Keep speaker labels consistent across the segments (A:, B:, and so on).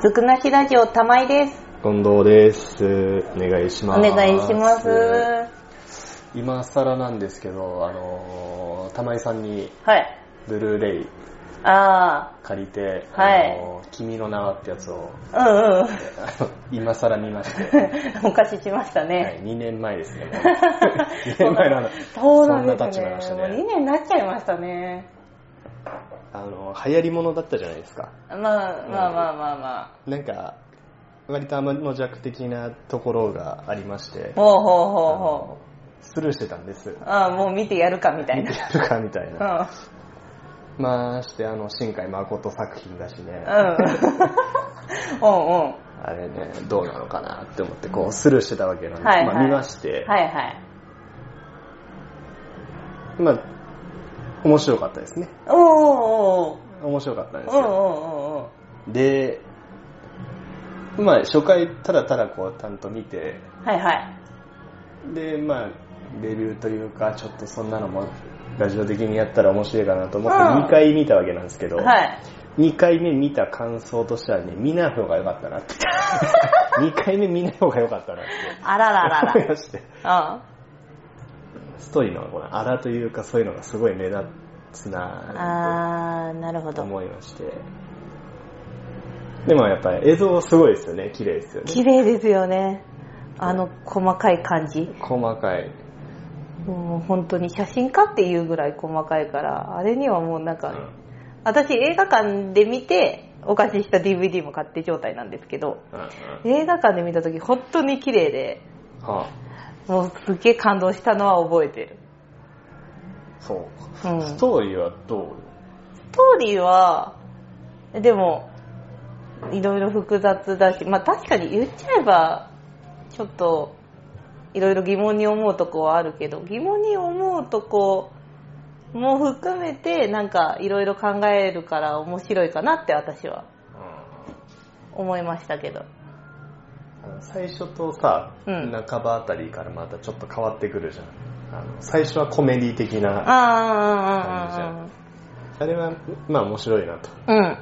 A: ずくなしラジオ玉井です。
B: 近藤です。お願いし
A: お
B: ます。
A: 願いします。は
B: 今更なんですけど、あのー、玉井さんに
A: い。
B: ブルーレイ
A: あ
B: 借りて、
A: はい
B: あのー君の名はってやつを、
A: あ、
B: あの今更見まして、
A: うんうん。お 貸ししました
B: はい
A: ね。、
B: 2年前です ね。2
A: そう
B: 年前なんだ。
A: そう
B: そ
A: なんん
B: な
A: ですね。
B: 経ちまいました
A: もう2
B: ね。
A: 年になっちゃいましたね。
B: あのー、流行り物だったじゃないですか。
A: まあまあまあまあま
B: なんか、割と天の弱的なところがありまして
A: あ。、ほうほう
B: あ
A: ほうほ
B: のスルーしてたんです。
A: う。ああ、もう見てやるかみたい
B: 見
A: な
B: て。やるかみたいな。
A: うん。
B: まあしてあの新海誠作品だしね、
A: うん。うんうん。
B: あれねどうなのかなって思ってこうスルーしてたわけなんで、
A: はいはい
B: まあ、見まして、
A: はいはい。
B: まあ面白かったですね
A: おーおー
B: 面白かったんで
A: おーおーおー
B: すよ、
A: おーおー
B: でまあ初回ただただこうちゃんと見て
A: はいはい。
B: でまあレビューというかちょっとそんなのもラジオ的にやったら面白いかなと思って
A: うん
B: 2回見たわけなんですけど、
A: はい。
B: 2回目見た感想としてはね見ない方が良かったなって 2回目見ない方が良かったなって
A: あらららら。
B: 思 いまして
A: うん。
B: ストーリーのこの荒というかそういうのがすごい目立つな
A: あー、なるほ
B: と
A: ど。
B: 思いましてでもやっぱり映像すごいですよね綺麗ですよね
A: 綺麗ですよね。あの細かい感じ。
B: 細かい
A: もう本当に写真家っていうぐらい細かいから、あれにはもうなんか、私映画館で見て、お貸しした DVD も買って状態なんですけど、
B: うんうん
A: 映画館で見た時本当に綺麗で、
B: は
A: もうすっげえ感動したのは覚えてる。
B: あそ
A: う
B: う
A: ん。
B: ス
A: スト
B: トーリーはど
A: ーリーは、でも、いろいろ複雑だし、まあ確かに言っちゃえば、ちょっと、いろいろ疑問に思うとこはあるけど、疑問に思うとこも含めて、なんかいろいろ考えるから面白いかなって私は
B: う、う
A: 思いましたけど。
B: んあの最初とさ、
A: うん
B: 半ばあたりからまたちょっと変わってくるじゃんあの最初はコメディ的
A: あ
B: なあ
A: あ、
B: れはまあ面白いなと
A: うんうんうんうん。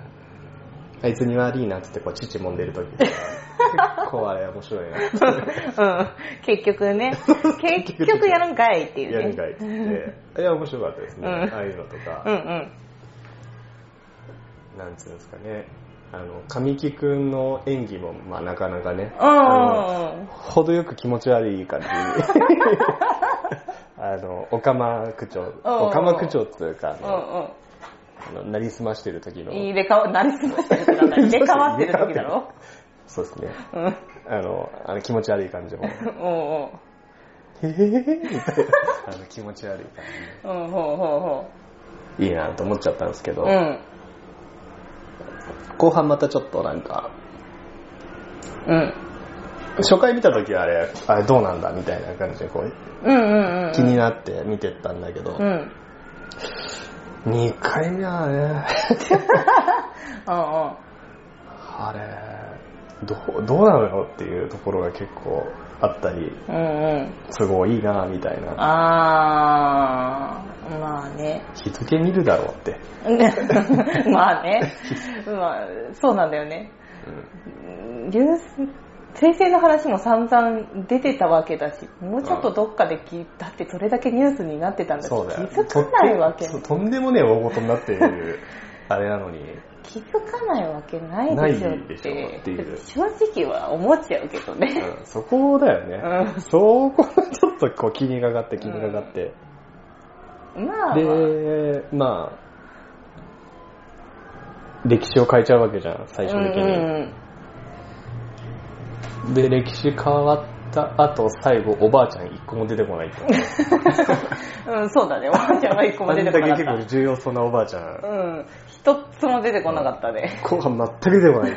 B: あいつに悪いなって言ってこう父揉ん でる時結構あれ面白いなって
A: うん。結局 ね、結局やるんかいっていうね。
B: やるんかいって 言って、いや、面白かったですね、
A: うん
B: ああいうのとか、
A: うんうん。
B: なんつうんですかね、あの、神木くんの演技も、まあ、なかなかね、
A: うん
B: あ
A: うんうん
B: の、程よく気持ち悪い感じ。 あの、おかま区長、
A: うん
B: おかま区長っていうか、あ
A: う
B: の、
A: んうん。
B: あのなりすましてる時の、
A: 入れ替わ、何すましてる時なんだ入れ替わってる時だろ
B: そうですね、
A: うん。うん
B: あの、あの気持ち悪い感 じも、へ
A: うん。
B: へへへみたいな、あの気持ち悪い感
A: うん、ほうほうほ
B: じ。いいなと思っちゃったんですけど、
A: う。うん。
B: 後半またちょっとなんか、
A: うん。
B: 初回見た時はあれ、あれどうなんだみたいな感じでこう
A: うんうんうん。
B: 気になって見てったんだけど、
A: うん。うん
B: 2回目はね、
A: うん。
B: あれ、どう、どうなのよっていうところが結構あったり、
A: うんうん。
B: すごいいいなみたいな。
A: あー、まあね。
B: 日付見るだろうって。
A: まあね。まあ、そうなんだよね。流生成の話も散々出てたわけだし、もうちょっとどっかで聞いたって、それだけニュースになってたんだし、気
B: そうだよ。
A: づかないわけ
B: とってそうとんでもねえ大事になってい る、あれなのに。
A: 気づかないわけないでしょ
B: ない
A: っ
B: でしょ
A: て
B: っていう
A: 正直は思っちゃうけどね、
B: うんそこだよね。
A: うん
B: そこがちょっとこう気にかかって気にかかって。
A: まあ、
B: で、まあ、歴史を変えちゃうわけじゃん、最
A: う
B: 終
A: ん
B: 的に。
A: うん
B: で、歴史変わった後、最後、おばあちゃん一個も出てこないって。
A: うん、うん、そうだねおばあちゃんは一個も出てこな
B: あんだけ
A: かっ
B: 結構重要そうなおばあちゃ
A: た
B: ん、
A: うん一つも出てこなかったね、
B: 後半全く出てこない。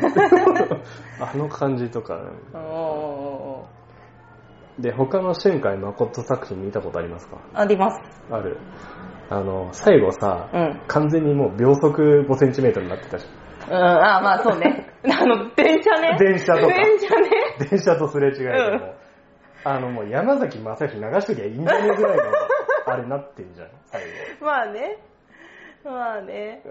B: あの感じとか。
A: うん、おーおーおー
B: で、他の新海誠作品見たことありますか
A: あります
B: ある。あの、最後さ、
A: うん
B: 完全にもう秒速5センチメートルになってたじゃん。
A: うんあまあそうね あの電車ね
B: 電車とか
A: 電車ね
B: 電車とすれ違いでも、
A: うん
B: あのもう山崎正義流しときゃいいんじゃねえぐらいの、あれなってんじゃん、最
A: まあねまあね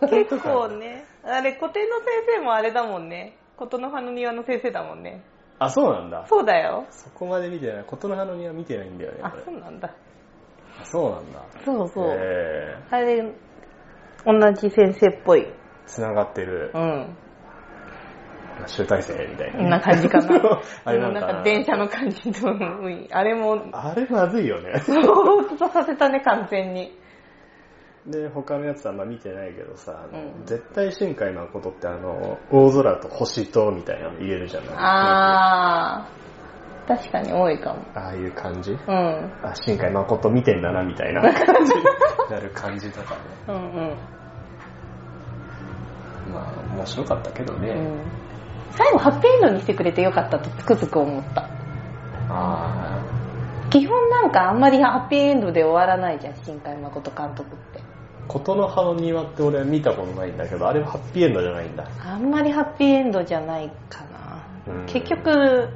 B: 後。
A: 結構ねあれ古典の先生もあれだもんね琴の葉の庭の先生だもんね。
B: あ、そうなんだ。
A: そうだよ。
B: そこまで見てない。琴の葉の実は見てないんだよね、
A: あ
B: これ、。
A: そうなんだ。
B: あそうなんだ。
A: そうそう。
B: え
A: あれ、同じ先生っぽい。
B: ー、繋がってる
A: う、ん。
B: 集大成みたいな。
A: こんな感 じかな。
B: あれなん
A: な
B: か
A: んか電車の感じと、うんあれも、
B: あれまずいよね。
A: ぼーっとさせたね、完全に。
B: で、他のやつはあんま見てないけどさ、あの
A: うん
B: 絶対深海のことってあの、大空と星とみたいなの言えるじゃない
A: あー、確かに多いかも。
B: ああいう感じ
A: うん。
B: あ、新海誠見てんだな、みたいな感じに なる感じとかね。
A: うんうん。
B: まあ、面白かったけどね。
A: うん最後ハッピーエンドにしてくれてよかったとつくづく思った
B: あ
A: 基本なんかあんまりハッピーエンドで終わらないじゃん新海誠監督って
B: あ、琴の葉の庭って俺は見たことないんだけど、あれはハッピーエンドじゃないんだ。
A: あんまりハッピーエンドじゃないかな
B: うん
A: 結局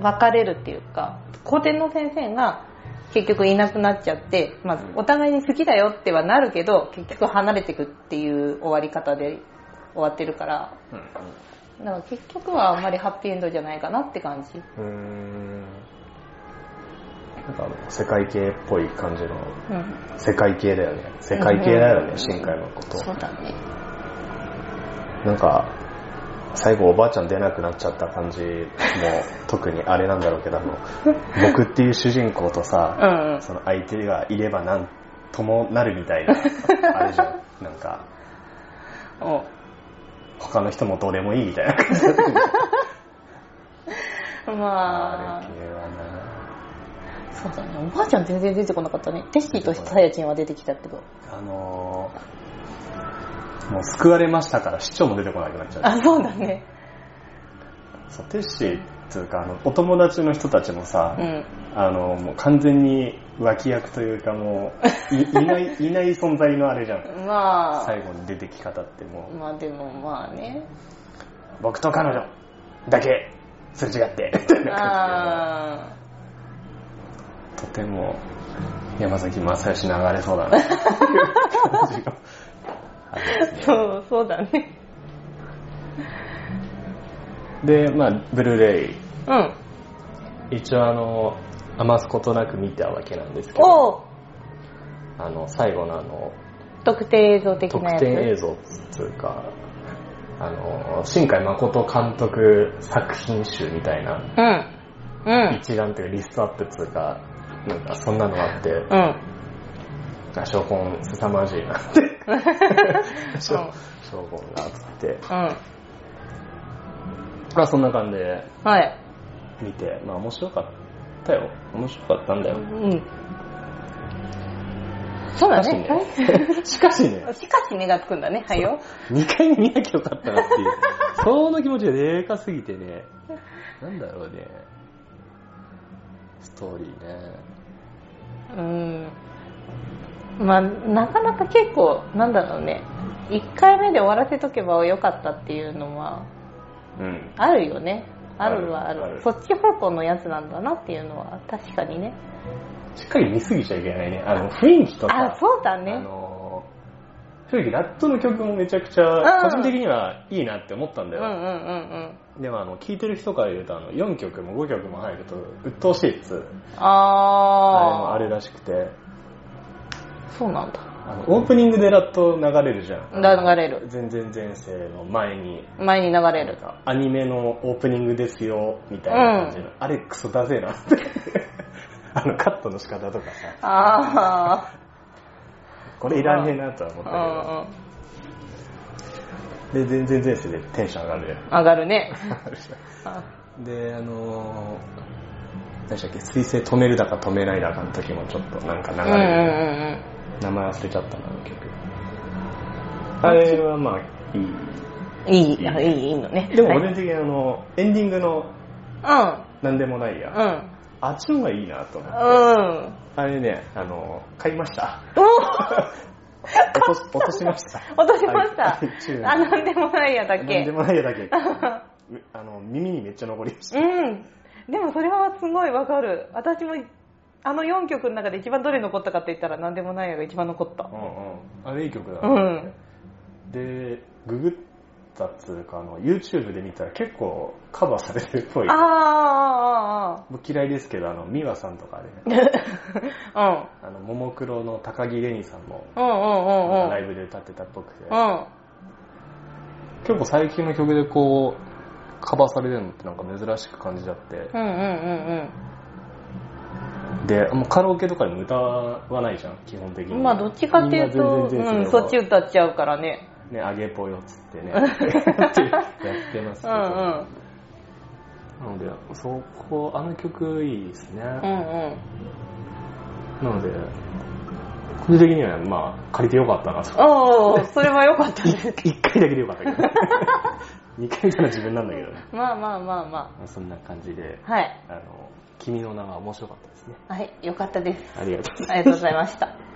A: 別れるっていうか古典の先生が結局いなくなっちゃって、まあ
B: う、ん
A: お互いに好きだよってはなるけど結局離れてくっていう終わり方で終わってるからだから結局はあんまりハッピーエンドじゃないかなって感じ
B: うん。うん。なんかあの、世界系っぽい感じの、
A: うん
B: 世界系だよね。世界系だよ
A: う
B: ね、
A: ん
B: 新海誠。
A: そうだね
B: なんか、最後おばあちゃん出なくなっちゃった感じも、特にあれなんだろうけど、あの、僕っていう主人公とさ、
A: うんうん
B: その相手がいればなんともなるみた いな、あれじゃん。なんか、
A: お
B: 他の人もどうでもいいみたいな感じ。
A: ま
B: あ
A: あ
B: れ、系は
A: そうだね。おばあちゃん全然出てこなかったね。テッシーとサヤチンは出てきたけど。
B: な、あのー、もう救われましたから市長も出てこなくなっちゃう。
A: あ、そうだね。
B: そう、テッシーっていうか、あの、お友達の人たちもさ、
A: うん。
B: あの、もう完全に脇役というかもう、いいない、いない存在のあれじゃん。
A: まあ、
B: 最後に出てき方っても
A: まあでもまあね。
B: う、僕と彼女だけ、すれ違って、みたいな感
A: あ
B: じで、とても、山崎正義流れそうだな、っていう感じが。あります
A: あ、そう、そうだね。
B: で、まあ、ブルーレイ、
A: うん。
B: 一応あの、余すことなく見たわけなんですけど、
A: お
B: あの、最後のあの、
A: 特定映像的
B: 特
A: なやつ。
B: 典映像っつうか、あの、新海誠監督作品集みたいな、
A: うん。うん。
B: 一覧っていうかリストアップっつうか、なんかそんなのあって、
A: うん。
B: あ証拠凄まじいなって、 証証拠があって、
A: うん。
B: まあそんな感じで
A: はい。
B: 見て、まあ面白かったよ。面白かったんだよ
A: う。ん。そうだね。
B: しかしね、しかしね
A: しかしねがつくんだね。はいよ。
B: 2回見なきゃよかったな っていう、その気持ちがでかすぎてね、なんだろうね、ストーリーね。
A: うんまあ、なかなか結構、なんだろうね、1回目で終わらせとけばよかったっていうのは、
B: うん。
A: あるよね。あるはある。
B: ある
A: そっち方向のやつなんだなっていうのは、確かにね。
B: しっかり見すぎちゃいけないね。あの、雰囲気とか、
A: あ、そうだ
B: あ
A: ね。
B: のー、正直ラットの曲もめちゃくちゃ、
A: うん
B: 個人的にはいいなって思ったんだ
A: うんう
B: よ。
A: んうんうん。
B: でもあの、聴いてる人から言うと、あの、4曲も5曲も入ると、鬱陶しいっつう、あれも
A: あ
B: あれらしくて、
A: ー、そうなんだ。
B: あの、オープニングでラット流れるじゃん。
A: 流れる。
B: 全然前世の前に
A: 前に流れる。
B: アニメのオープニングですよ、みたいな感じの。あれ、クソだぜえなって。 あの、カットの仕方とかさ、
A: あ
B: これいらねえなとは思
A: ー、
B: っ
A: う
B: た
A: んうん。
B: けど。で、全然前世でテンション上がるよ。
A: 上がるね。あ
B: で、あのー、何でしたっけ、水星止めるだか止めないだかの時もちょっとなんか流
A: うんうんう
B: れる。
A: ん
B: 名前忘れちゃったな、あの曲。あれはまあ、いい。
A: うん。いい、いい、いいのね。
B: でも
A: はい
B: 俺的にあの、エンディングのなんでもない
A: うん、う
B: や、
A: ん。
B: あっちの方がいいなと思って。
A: うん。
B: あれね、あの、買いました。
A: お
B: 落 とし、落としました。
A: 落としました。
B: はいはい
A: あ、なんでもないやだっ
B: なん
A: け
B: で。もないだけ。あの、耳にめっちゃ残りました。
A: うん。でもそれはすごいわかる。私も、あの4曲の中で一番どれ残ったかって言ったら、なんでもないやが一番残った
B: うん。うん。あれいい曲だ
A: う
B: な。
A: ん。
B: で、ググったっつうか、あの、YouTube で見たら結構カバーされてるっぽい。
A: あーあ
B: 僕嫌いですけど、あの、ミワさんとかでね、
A: ーあーあー
B: あの、ももクロの高木レニさんも、
A: うんうんうんうんうん
B: ライブで歌ってたっぽくて、
A: うん
B: 結構最近の曲でこう、カバーされてるのってなんか珍しく感じちゃって、
A: うんうん
B: で、もうカラオケとかでも歌わないじゃん、基本的
A: うんう
B: に。
A: んまあどっちかっていうと、
B: みんな全然
A: う
B: 全
A: ん、
B: 然
A: そっち歌っちゃうからね。
B: ね、あげぽよっつって ね、やってますけ
A: うんう
B: ど、
A: ん。
B: なので、そこ、あの曲いいですね。
A: うんうん。
B: なので、個人的には、まあ、借りてよかったなと。
A: おー、それは良かったです。
B: 1回だけでよかったけど。2回なら自分なんだけどね。
A: まあまあまあま
B: そんな感じで、
A: あ。はい。
B: あの、君の名は面白かったですね。
A: はい、良かったです。
B: ありがとうございます。
A: ありがとうございました。